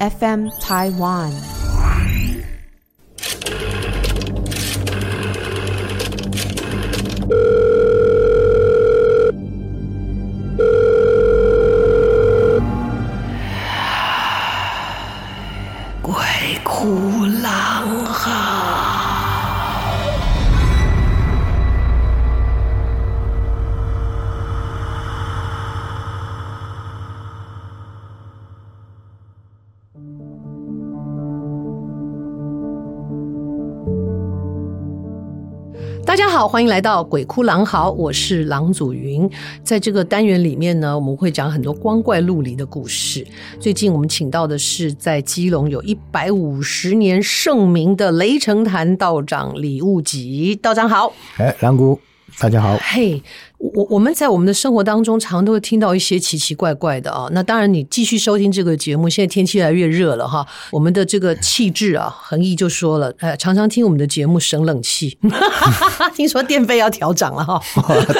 FM Taiwan。鬼哭狼嚎。大家好，欢迎来到《鬼哭狼嚎》，我是郎祖云。在这个单元里面呢，我们会讲很多光怪陆离的故事。最近我们请到的是在基隆有一百五十年盛名的雷城坛道长李悟吉，道长好。哎，蓝姑，大 家好。嘿，我我们在我们的生活当中，常都会听到一些奇奇怪怪的啊。那当然，你继续收听这个节目，现在天气越来越热了哈。我们的这个气质啊，恒毅就说了，呃，常常听我们的节目省冷气， 听说电费要调涨了哈。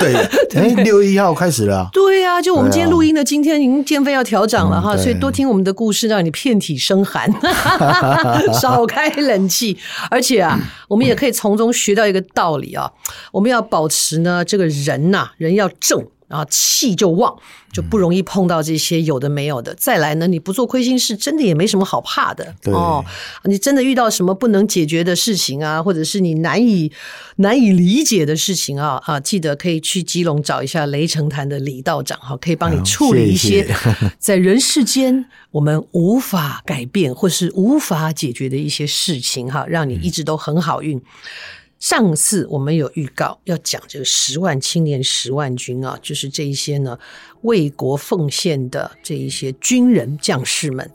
对， 哎，六一号开始了啊，对呀、就我们今天对啊录音的今天，已经电费要调涨了哈，嗯对所以多听我们的故事，让你遍体生 寒， 少开冷气。而且啊，我们也可以从中学到一个道理啊，我们要保持呢，这个人呐、人要正。然后气就旺，就不容易碰到这些有的没有的。再来呢，你不做亏心事，真的也没什么好怕的对哦。你真的遇到什么不能解决的事情啊，或者是你难以难以理解的事情啊啊，记得可以去基隆找一下雷城坛的李道长哈，可以帮你嗯处理一谢些谢 在人世间我们无法改变或是无法解决的一些事情哈，让你一直都很好运。上次我们有预告要讲这个十万青年十万军啊，就是这一些呢为国奉献的这一些军人将士们。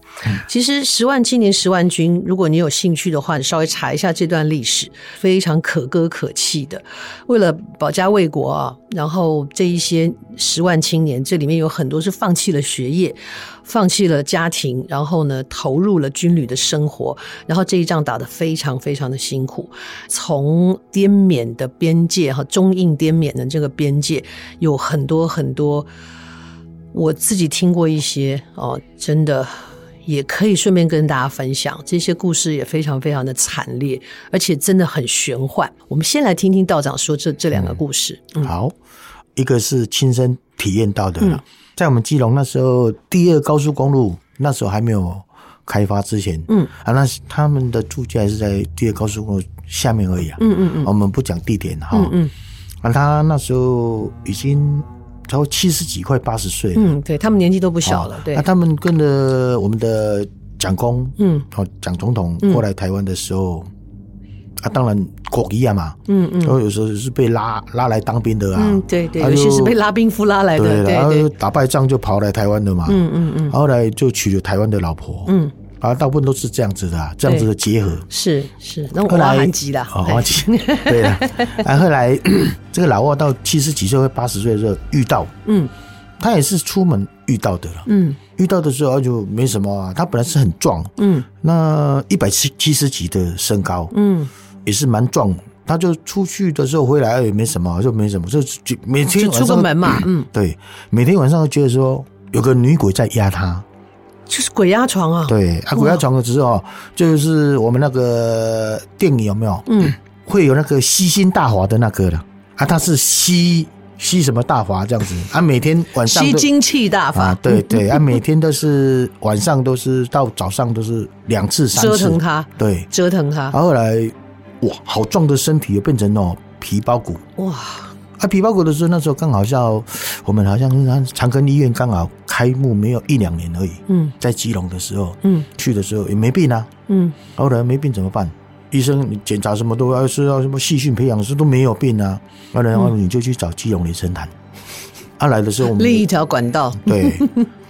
其实十万青年十万军，如果你有兴趣的话，你稍微查一下这段历史，非常可歌可泣的。为了保家卫国啊，然后这一些十万青年，这里面有很多是放弃了学业，放弃了家庭，然后呢投入了军旅的生活，然后这一仗打得非常非常的辛苦。从滇缅的边界哈，中印滇缅的这个边界，有很多很多，我自己听过一些哦，真的。也可以顺便跟大家分享这些故事，也非常非常的惨烈，而且真的很玄幻。我们先来听听道长说这这两个故事。嗯，好，一个是亲身体验到的啦嗯在我们基隆那时候，第二高速公路那时候还没有开发之前，嗯啊，那是他们的住家是在第二高速公路下面而已啊，嗯嗯嗯我们不讲地点哈，嗯嗯啊，他那时候已经超七十几快八十岁了，嗯，对他们年纪都不小了哦，对那，他们跟着我们的蒋公，嗯哦，蒋总统过来台湾的时候，啊，当然国一啊嘛，嗯嗯然后有时候是被拉拉来当兵的啊，嗯，对对，他有就些是被拉兵夫拉来的，对，哎对然对后，打败仗就跑来台湾的嘛，嗯嗯嗯后来就娶了台湾的老婆，嗯，啊，大部分都是这样子的、啊，这样子的结合。是是，那我后挖来韩籍啦，哦，哎忘记，对 了，啊，后来 这个老外到七十几岁、八十岁的时候遇到，嗯他也是出门遇到的了。嗯遇到的时候啊就没什么啊，他本来是很壮，嗯那一百七七十几的身高，嗯，也是蛮壮。他就出去的时候回来也哎没什么，就没什么，就就每天就晚上出个门嘛，嗯，对，每天晚上都觉得说有个女鬼在压他。就是鬼压床啊，对，啊，哦哇鬼压床了之后，就是我们那个电影有没有？嗯，会有那个吸星大法的那个了啊，他是吸吸什么大法这样子啊，每天晚上吸都精气大啊法，，嗯对 对啊，每天都是晚上都是到早上都是两次三折次腾他，对，折腾他啊，，后来哇，好壮的身体也变成哦皮包骨。哇，啊，皮包骨的时候，那时候刚好像我们好像是长庚医院刚好开幕没有一两年而已，嗯在基隆的时候，嗯去的时候也没病啊，嗯后来没病怎么办？医生你检查什么都要是啊要什么细菌培养是都没有病啊，后来然嗯后你就去找基隆雷神坛，啊来的 时候我们另一条管道，对，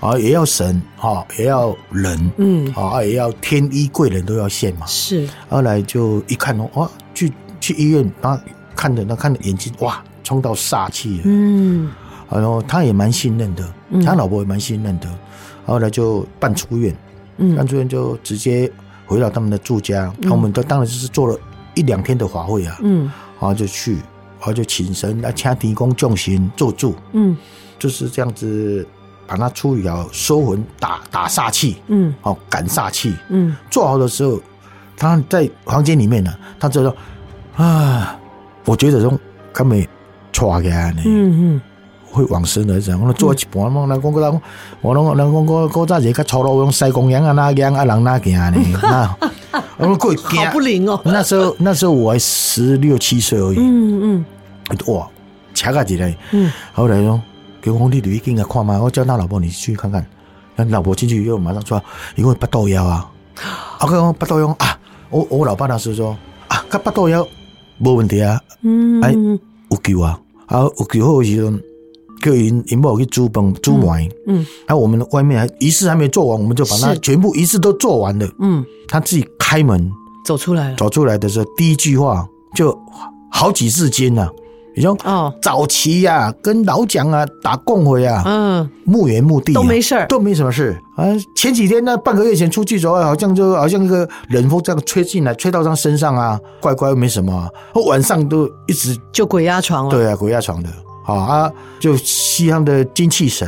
啊也要神啊也要人，嗯啊也要天医贵人都要献嘛，是，后来就一看哦，哇去去医院啊看着那看着眼睛哇冲到煞气了，嗯然后他也蛮信任的，嗯他老婆也蛮信任的，后来就办出院，办嗯出院就直接回到他们的住家，那、我们都当然就是做了一两天的法会啊，嗯然后就去，然后就请神啊，请提供众神做主，嗯就是这样子把它处理好，收魂打打煞气，嗯哦，赶煞气。嗯做好的时候，他在房间里面呢，他知道啊，我觉得种他们错起来呢，嗯嗯会往生而上。我做一半，我人讲个人，我人人讲个古早一个粗鲁，用西公羊啊那样啊人那行呢，那我过惊。好不灵哦，那时候那时候我还十六七岁而已，嗯嗯哇，掐个一个。嗯后来说，给我讲你去给啊看嘛，我叫他老婆你去看看。那老婆进去以后马上说，因为八肚腰啊，啊，我讲八肚腰啊，我我老爸那时候说啊，跟八肚腰没问题啊，嗯，哎嗯有救啊，啊有救好的时阵，叫因因某去煮饭煮糜，嗯啊，我们外面还仪式还没做完，我们就把它是全部仪式都做完了，嗯，他自己开门走出来了走出来的时候，第一句话就好几字经呐、啊，你说哦，早期呀、啊，跟老蒋啊打共匪啊，嗯，墓园墓地、啊、都没事儿，都没什么事啊。前几天那半个月前出去的时候，好像就好像一个冷风这样吹进来，吹到他身上啊，怪怪没什么、啊。我晚上都一直就鬼压床了，对啊，鬼压床的啊啊，就西方的精气神。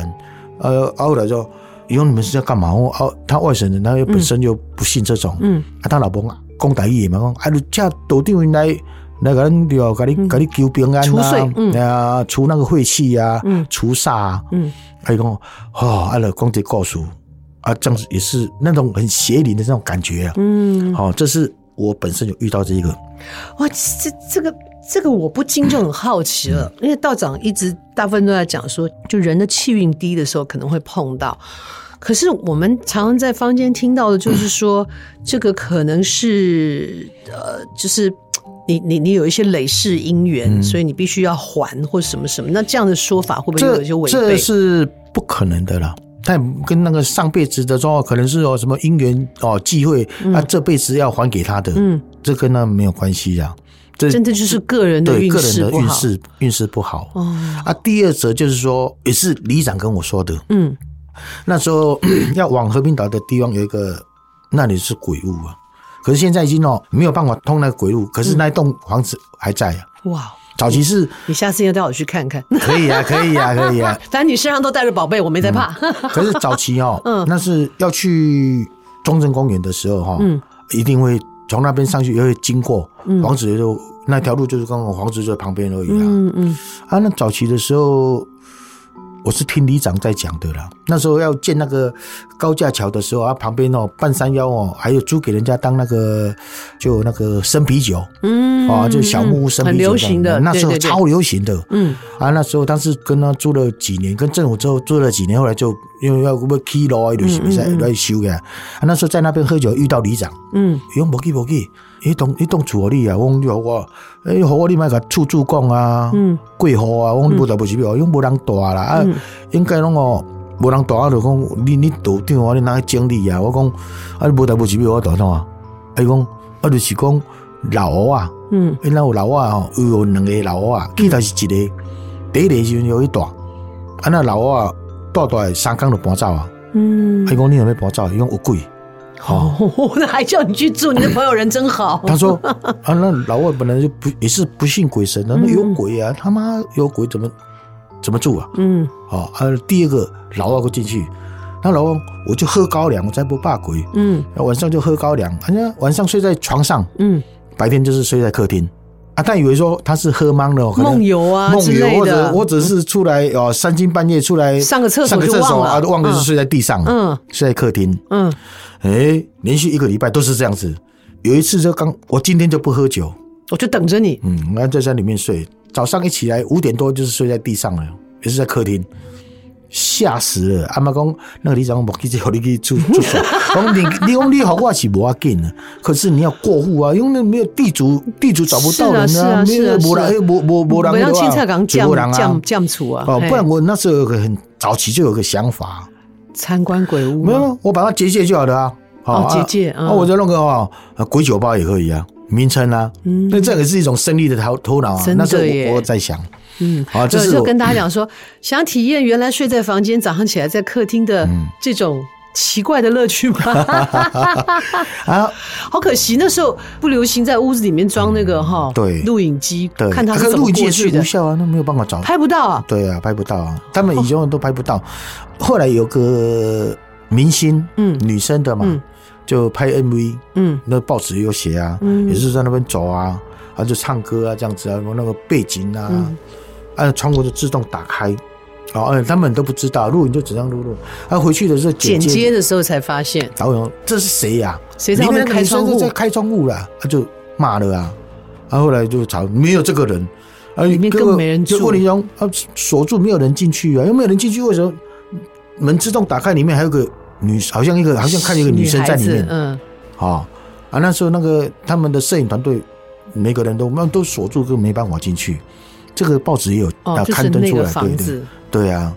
呃，啊后来说，以后你们是在干嘛？我哦、啊，他外省人，他又本身就不信这种，嗯啊，他老婆讲台语嘛，讲啊，你这道长来来甲咱着甲你甲你求平安嗯除啊祟，嗯啊，除那个晦气啊嗯，除煞啊。嗯啊，伊讲哦，啊，了讲这告诉啊，这样子也是那种很邪灵的那种感觉啊。嗯，好、这是我本身有遇到这一个，哇，这这个这个我不禁就很好奇了，因为道长一直大部分都在讲说，就人的气运低的时候可能会碰到，可是我们常常在坊间听到的就是说，这个可能是呃，就是。你你你有一些累世姻缘，嗯所以你必须要还或什么什么，那这样的说法会不会有这一些违这背？是不可能的啦。但跟那个上辈子的状况，可能是有什么因缘哦忌讳，啊，这辈子要还给他的，嗯，这跟那没有关系啊。这真的就是个人的对运个人势的不运好。势运势不好。哦，啊，第二则就是说，也是里长跟我说的，嗯那时候 要往和平岛的地方有一个，那里是鬼屋啊。可是现在已经哦没有办法通那个鬼路，可是那一栋房子还在啊。哇，早期是 你下次要带我去看 看。可以啊，可以啊，可以啊。反正你身上都带着宝贝，我没在怕。 可是早期哦，那是要去中正公园的时候哈、嗯一定会从那边上去，也会经过黄子就那条路，就是刚好黄子就在旁边而已啊。 嗯嗯啊，那早期的时候，我是听里长在讲的啦。那时候要建那个高架桥的时候啊，旁边哦半山腰哦，还有租给人家当那个就那个生啤酒、嗯啊，就小木屋生很啤流酒这样、行的，那时候对对对超流行的。嗯啊，那时候当时跟他租了几年，跟政府之后租了几年，后来就因为要要起楼啊，就是在来修的。啊，那时候在那边喝酒遇到里长，嗯伊讲无去无去，迄栋迄栋厝互你啊，我讲互我，诶，互我你莫甲厝主讲啊，嗯过户啊，我讲你无代无志表，伊讲无人住啦，啊，应该拢哦，无人住啊，就讲你你道长啊，你哪去整理啊？我讲啊，你无代无志表，我住哪？啊，伊讲啊，就是讲老屋啊，嗯因有老屋啊，吼有两个老屋啊，其他是一个，第一个时阵有一大，啊那老屋啊，大大的三工就搬走啊，嗯啊伊，讲你有要搬走？伊讲有鬼。哦，那还叫你去住，你的朋友人真好。他 说啊，那老外本来就不也是不信鬼神的，嗯那有鬼啊，他妈有鬼怎么怎么住啊？嗯啊啊，第二个老外会进去，那老外我就喝高粱，我才不怕鬼。嗯晚上就喝高粱，人家晚上睡在床上，嗯，白天就是睡在客厅。啊，他以为说他是喝懵了，可能梦游啊之梦游类或的者。或者是出来哦，三更半夜出来上个厕所上个就厕所忘了啊，忘了嗯是睡在地上，嗯睡在客厅。嗯哎，连续一个礼拜都是这样子。有一次就刚，我今天就不喝酒，我就等着你。嗯，那就在里面睡。早上一起来五点多就是睡在地上了，也是在客厅，吓死了。阿妈讲那个李长无去叫你 去住住宿，讲你你讲你好我是无要紧的，可是你要过户啊，因为那没有地主，地主找不到人是啊没是啊有是啊无人，无无无人不的让话青菜港就啊没人酱啊酱。酱醋啊！哦，嘿不然我那时候有个很早期就有个想法，参观鬼屋啊没吗有，我把它结界就好了啊。哦结界啊，嗯啊我就弄个哦，呃鬼酒吧也可以啊，名称啊，嗯那这也是一种胜利的头头脑啊真。的那时候耶我我在想，嗯，啊，这对，是就我嗯跟大家讲说，想体验原来睡在房间，早上起来在客厅的这种奇怪的乐趣吗？ 啊，好可惜，那时候不流行在屋子里面装那个哈，对录影机，对，看他啊是可怎么录影机过也去是的无，效啊，那没有办法找。拍不哦到啊。对啊，拍不到啊，他们以前都拍不到。后来有个明星，嗯女生的嘛，嗯就拍 MV，嗯，那报纸有写啊，嗯也是在那边走啊，然后就唱歌啊，这样子啊，然后那个背景啊，嗯啊，窗户就自动打开。哦，哎，他们都不知道，录影就只让录录，他、啊、回去的时候剪剪接，接的时候才发现，导演这是谁呀、谁在里外面那个开女生窗户就在开窗户啦，他、就骂了啊，啊，后来就吵，没有这个人，啊，里面结根果本没人结果住林荣啊锁住，没有人进去啊，又没有人进去，为什么门自动打开？里面还有个女，好像一个好像看见一个女生在里孩面子，嗯，哦，啊，那时候那个他们的摄影团队每个人都那都锁住，根本没办法进去。这个报纸也有哦啊，，就是刊登那出个来，对房对子，对啊，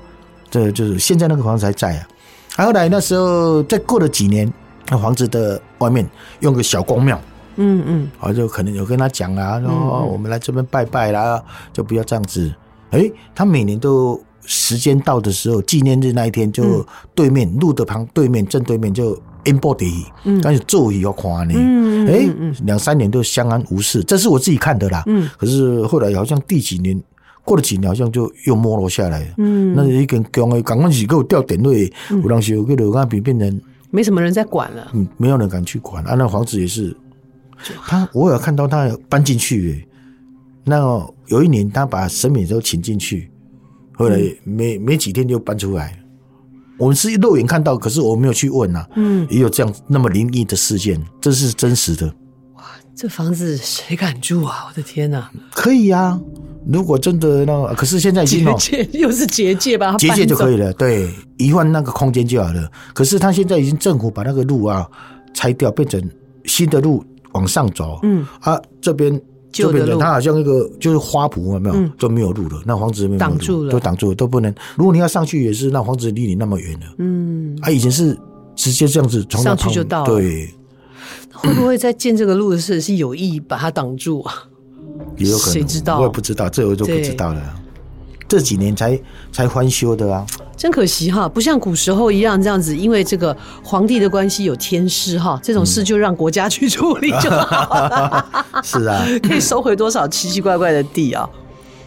这就是现在那个房子还在啊。后来那时候再过了几年，那房子的外面用个小公庙，嗯嗯，啊，就可能有跟他讲啊，然后嗯我们来这边拜拜啦，就不要这样子。诶，他每年都时间到的时候，纪念日那一天，就嗯对面、路的旁对面正对面就 in body，嗯但是座椅要看呢。嗯嗯诶嗯嗯两三年都相安无事，这是我自己看的啦。嗯可是后来好像第几年，过了几年，好像就又没落下来了。嗯，那一根姜的，赶快是给我掉点位，有当时有个流感病变成没什么人在管了，嗯，没有人敢去管啊。那房子也是，他我有看到他有搬进去耶，那有一年他把神明都请进去，后来没、没几天就搬出来。我们是肉眼看到，可是我没有去问呐、啊。嗯，也有这样那么灵异的事件，这是真实的。这房子谁敢住啊？我的天哪，可以啊，如果真的那个，可是现在已结经哦、界又是结界吧？结界就可以，以了，对，移换那个空间就好了。可是他现在已经政府把那个路啊拆掉，变成新的路往上走。嗯，啊，这边旧这的边路它好像一个就是花圃，有没有嗯就没有路了，那房子没有挡路住了都挡住了，都不能。如果你要上去，也是那房子离你那么远了。嗯，啊，以前是直接这样子从那上去旁就到了对，会不会在建这个路的时候是有意把它挡住啊？也有可能，谁知道我也不知道，这我就不对知道了。这几年才才翻修的 啊，真可惜哈，不像古时候一样这样子，因为这个皇帝的关系有天师哈，这种事就让国家去处理就好 了，是啊。可以收回多少奇奇怪怪的地啊？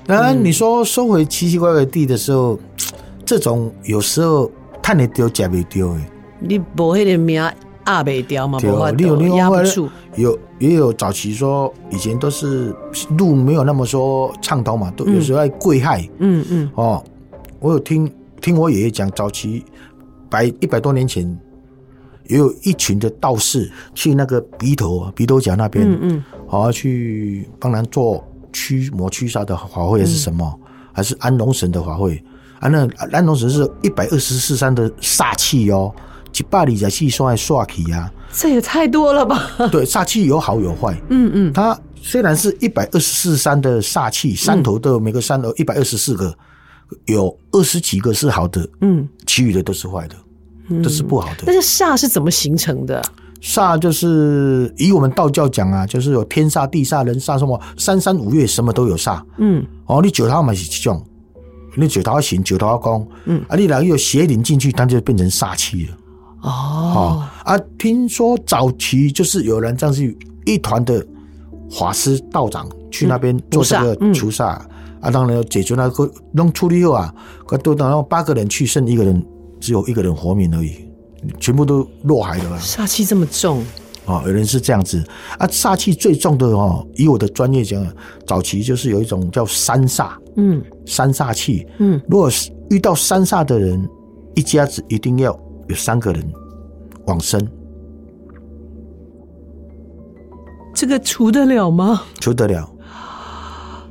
当然，你说收回奇奇怪怪的地的时候，这种有时候探得丢，假没丢哎。你无迄个名压袂掉嘛，对无法哦，你有度另压外不住。有也有早期说，以前都是路没有那么说畅通嘛，都有时候爱贵害、嗯嗯哦。我有听听我爷爷讲，早期百一百多年前，也有一群的道士去那个鼻头啊，鼻头角那边，嗯嗯，好、去帮人做驱魔驱煞的法会还是什么，还是安龙神的法会啊？那安龙神是一百二十四山的煞气哦，一百二十四山的煞气啊。这也太多了吧？对，煞气有好有坏。嗯嗯，它虽然是一百二十四山的煞气，山头的每个山头一百二十四个，有二十几个是好的，嗯，其余的都是坏的，都是不好的。那这煞是怎么形成的？煞就是以我们道教讲啊，就是有天煞、地煞、人煞，什么三山五岳什么都有煞。嗯哦，你九头嘛是一种，你九头行，九头公，嗯啊，你哪有邪灵进去，它就变成煞气了。哦哦，啊，听说早期就是有人这样去一团的法师道长去那边做这个嗯除煞、啊，当然要解决那个弄处理后啊，都等到八个人去，剩一个人只有一个人活命而已，全部都落海了啊！煞气这么重，哦，有人是这样子啊，煞气最重的哦，以我的专业讲，早期就是有一种叫三煞，嗯三煞气，嗯，如果是遇到三煞的人，一家子一定要有三个人往生。这个除得了吗？除得了。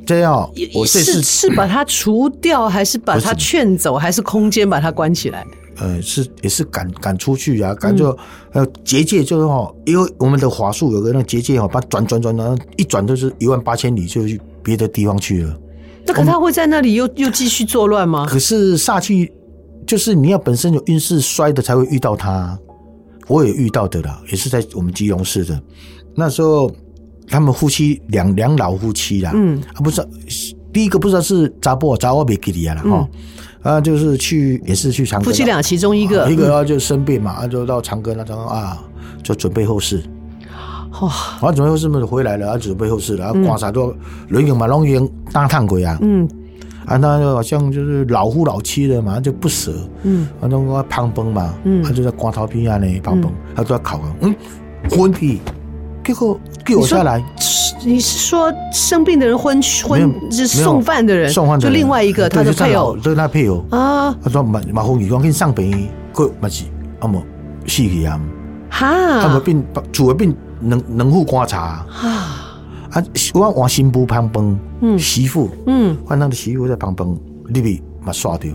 这样，哦我这是次是把它除掉，还是把它不是劝走，还是空间把它关起来？呃是也是赶赶出去啊，嗯赶就呃结界就是哦，因为我们的法术有个那个结界哦，把它转转转转，一转就是一万八千里，就去别的地方去了。那可它会在那里又又继续作乱吗？可是煞气就是你要本身有运势衰的才会遇到它，我也遇到的啦，也是在我们基隆市的那时候，他们夫妻两两老夫妻啦，嗯啊不是。第一个不知道是查甫查我没给你啊了哈，啊就是去也是去长嗯庚，啊夫妻俩其中一个，一个啊就生病嘛，啊就到长庚那长庚啊就准备后事，嗯哇，然后准备后事嘛就回来了，啊准备后事了，啊刮啥都轮椅嘛，拢已经搭烫过啊，嗯啊那就好像就是老夫老妻了嘛，就不舍，嗯，啊那个胖崩嘛，嗯啊就在刮头皮啊呢胖崩，他都要考啊，嗯，昏皮，结果叫我下来。你是说生病的人昏没有昏，就是没有送饭的人，送饭的就人另外一个对他的就上配老偶对他配偶，啊，他说马马红宇光跟上病院，佮嘛是啊无死去啊，啊无哈变厝的变两两户观察啊，啊，我换新妇旁边，嗯媳妇嗯换那个媳妇在旁边，入去嘛刷掉，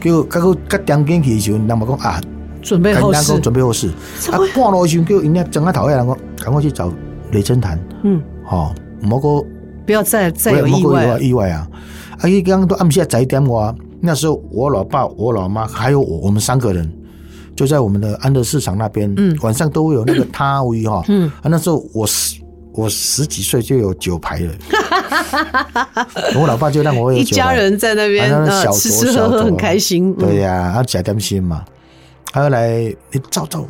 结果结果甲中间去的时候，人嘛讲啊，准备简后单事讲，准备好事，怎啊么半路的时候叫人家整个头下人讲，赶快去找雷哦侦探，嗯，吼，唔好个。不要再再我有意外了，意外啊！啊，伊刚都暗下仔点我啊。那时候我老爸、我老妈还有我，我们三个人就在我们的安乐市场那边，嗯晚上都会有那个摊位哈。嗯啊，那时候我十我十几岁就有酒牌 了，我老爸就让我有一酒牌家人在那边啊那啊小酌吃吃喝小喝酌很开心，对嗯呀、啊，食点心嘛。啊后来你走走，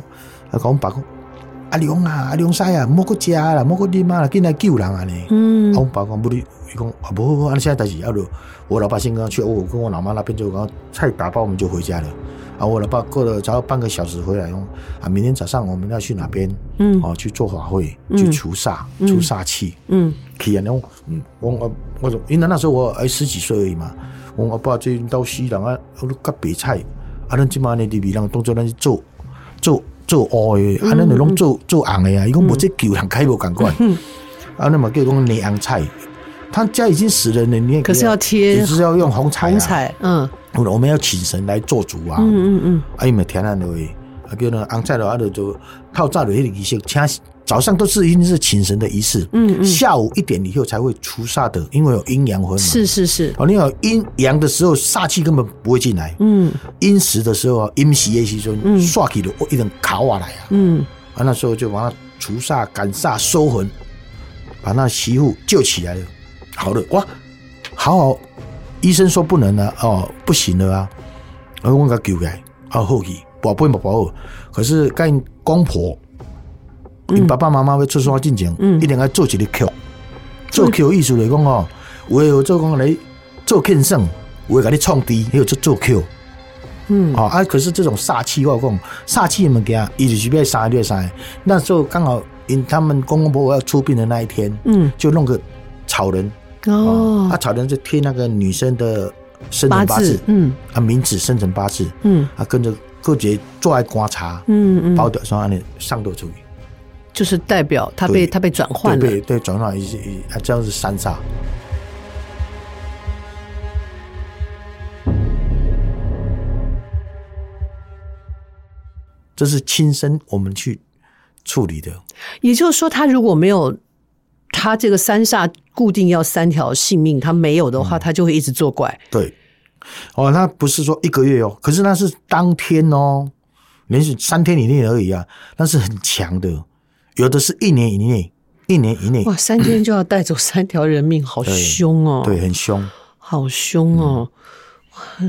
啊，讲我爸讲，阿娘啊，阿娘西啊，莫个食啦，莫个啉啊啦，紧来救人啊呢。嗯啊，我爸讲不哩，伊讲啊，不不不，啊，现在代志啊，就我老爸先跟他去，我跟我老妈那边就讲菜打包，我们就回家了。啊，我老爸过了只要半个小时回来，用啊，明天早上我们要去哪边？嗯哦，去做法会，去除煞，除煞气。嗯去啊，然后嗯，我我我就，因为那时候我还十几岁而已嘛，我阿爸最近到西人啊，我都割白菜，啊，咱即满呢，伫味人当做咱是做做做黑的，啊，咱就嗯拢做做红的啊，伊讲无这救人开无共款， 啊，那么叫讲泥红菜，他家已经死人了，你也可是要贴也是要用红彩、啊，红，彩，嗯我我们要请神来做主啊，嗯嗯嗯，啊，伊咪天然落去，啊，叫那红菜了，啊，就就透早的迄个仪式，请早上都是一定是请神的仪式，嗯嗯下午一点以后才会除煞的，因为有阴阳分嘛。是，是是，哦，你有阴阳的时候，煞气根本不会进来；嗯阴时的时候啊，阴时的时候，嗯煞气就一阵卡瓦来啊。嗯啊，那时候就把它除煞、赶煞、收魂，把那媳妇救起来了。好了，哇，好好，医生说不能了、哦，不行了啊，啊，我给救起来，啊，好去，保本不保好，可是跟因公婆，因、爸爸妈妈要出山进前，嗯一定要做一个曲，做曲意思来讲哦，有的有做讲来做庆生，有的给你创低，还有做做曲。嗯哦啊，可是这种煞气，我讲煞气的物件，伊就是要杀就要杀。那时候刚好因他们公公婆婆要出殡的那一天，嗯，就弄个草人，哦啊，，草人就贴那个女生的生八辰八字字，，嗯啊，名字、生辰八字，嗯啊，跟着各节做爱观察，嗯嗯，包掉上安尼上头出去，就是代表他被对他被转对换了，对对，转化一些一啊，这样是三煞。这是亲身我们去处理的，也就是说，他如果没有他这个三煞固定要三条性命，他没有的话，他就会一直作怪。对，哦，那不是说一个月哦，可是那是当天哦，连续三天以内而已啊，那是很强的，有的是一年以内，一年以内，哇，三天就要带走三条人命，好凶哦！对，，很凶，好凶哦！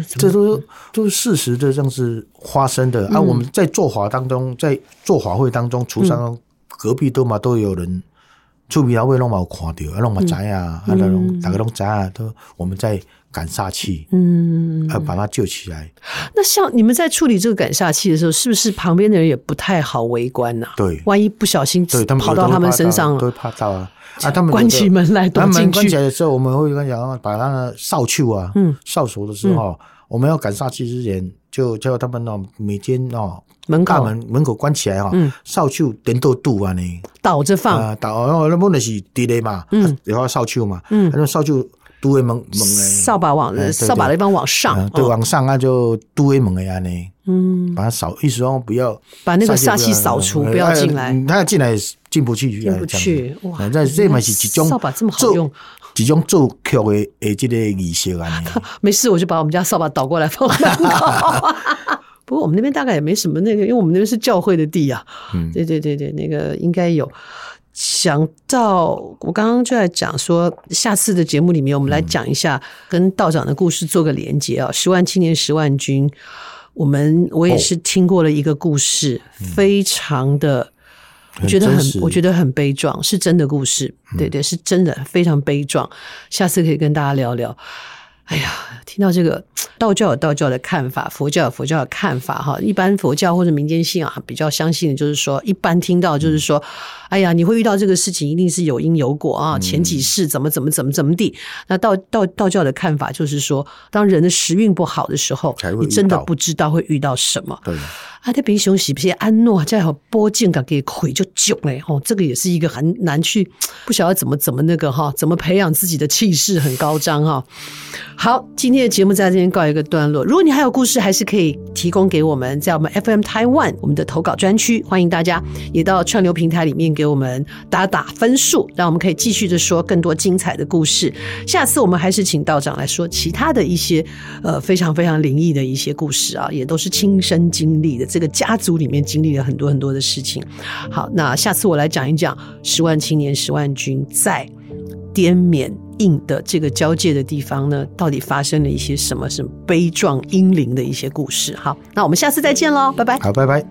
这都都是事实的，这样是发生的、嗯啊。我们在做法当中，在做法会当中，除上、隔壁都嘛都有人。厝边老尾拢嘛有看到，啊，拢嘛知啊，嗯啊，拢大家拢知啊，都我们在赶煞气，嗯，啊，把它救起来。那像你们在处理这个赶煞气的时候，是不是旁边的人也不太好围观呐、对万一不小心对他们跑到都会他们怕身上都会怕到啊啊！他们关起门来躲他进们关起去，来的时候，我们会跟讲把他的扫帚啊，嗯，扫帚的时候，我们要赶煞气之前，就叫他们哦，每天哦，门大口门门口关起来哈嗯，扫帚点到度啊呢，倒着放，啊，打哦，那不能是地雷嘛，嗯啊，然后扫帚嘛，嗯啊那扫帚拄的门门嘞，扫把往哎对扫把的地方往上嗯，对，哦往上啊就拄的门的啊呢，嗯，把它扫，意思说不要。哎把那个煞气扫除，不要进来。他进来是进不去，进不去哇那这嘛是一种扫把这么好用做，一种做曲的诶，这个仪式啊。 没事，我就把我们家扫把倒过来放门 口。不过我们嗯那边大概也没什么那个，因为我们那边是教会的地呀、啊。对对对对，那个应该有。想到我刚刚就在讲说，下次的节目里面，我们来讲一嗯下跟道长的故事做个连接啊、十万青年十万军，我们我哦也是听过了一个故事，非常的。我觉得嗯真很，实我觉得很悲壮，是真的故事，嗯对对，是真的非常悲壮。下次可以跟大家聊聊。哎呀，听到这个，道教有道教的看法，佛教有佛教的看法，哈。一般佛教或者民间信仰比较相信的就是说，一般听到就是说，嗯哎呀，你会遇到这个事情，一定是有因有果啊，前几世怎么怎么怎么怎么地。那道道道教的看法就是说，当人的时运不好的时候才，会你遇真的到不知道会遇到什么。对，啊，这平常是不是安诺在和波健感给溃就囧嘞？吼，这个也是一个很难去不晓得怎么怎么那个哈，怎么培养自己的气势很高张哈。好，今天的节目在这边告一个段落。如果你还有故事，还是可以提供给我们，在我们 FM Taiwan 我们的投稿专区，欢迎大家也到串流平台里面给我们打打分数，让我们可以继续的说更多精彩的故事。下次我们还是请道长来说其他的一些呃非常非常灵异的一些故事啊，也都是亲身经历的，这个家族里面经历了很多很多的事情。好，那下次我来讲一讲十万青年十万军在滇缅印的这个交界的地方呢，到底发生了一些什么什么悲壮英灵的一些故事。好，那我们下次再见喽，拜拜。好，拜拜。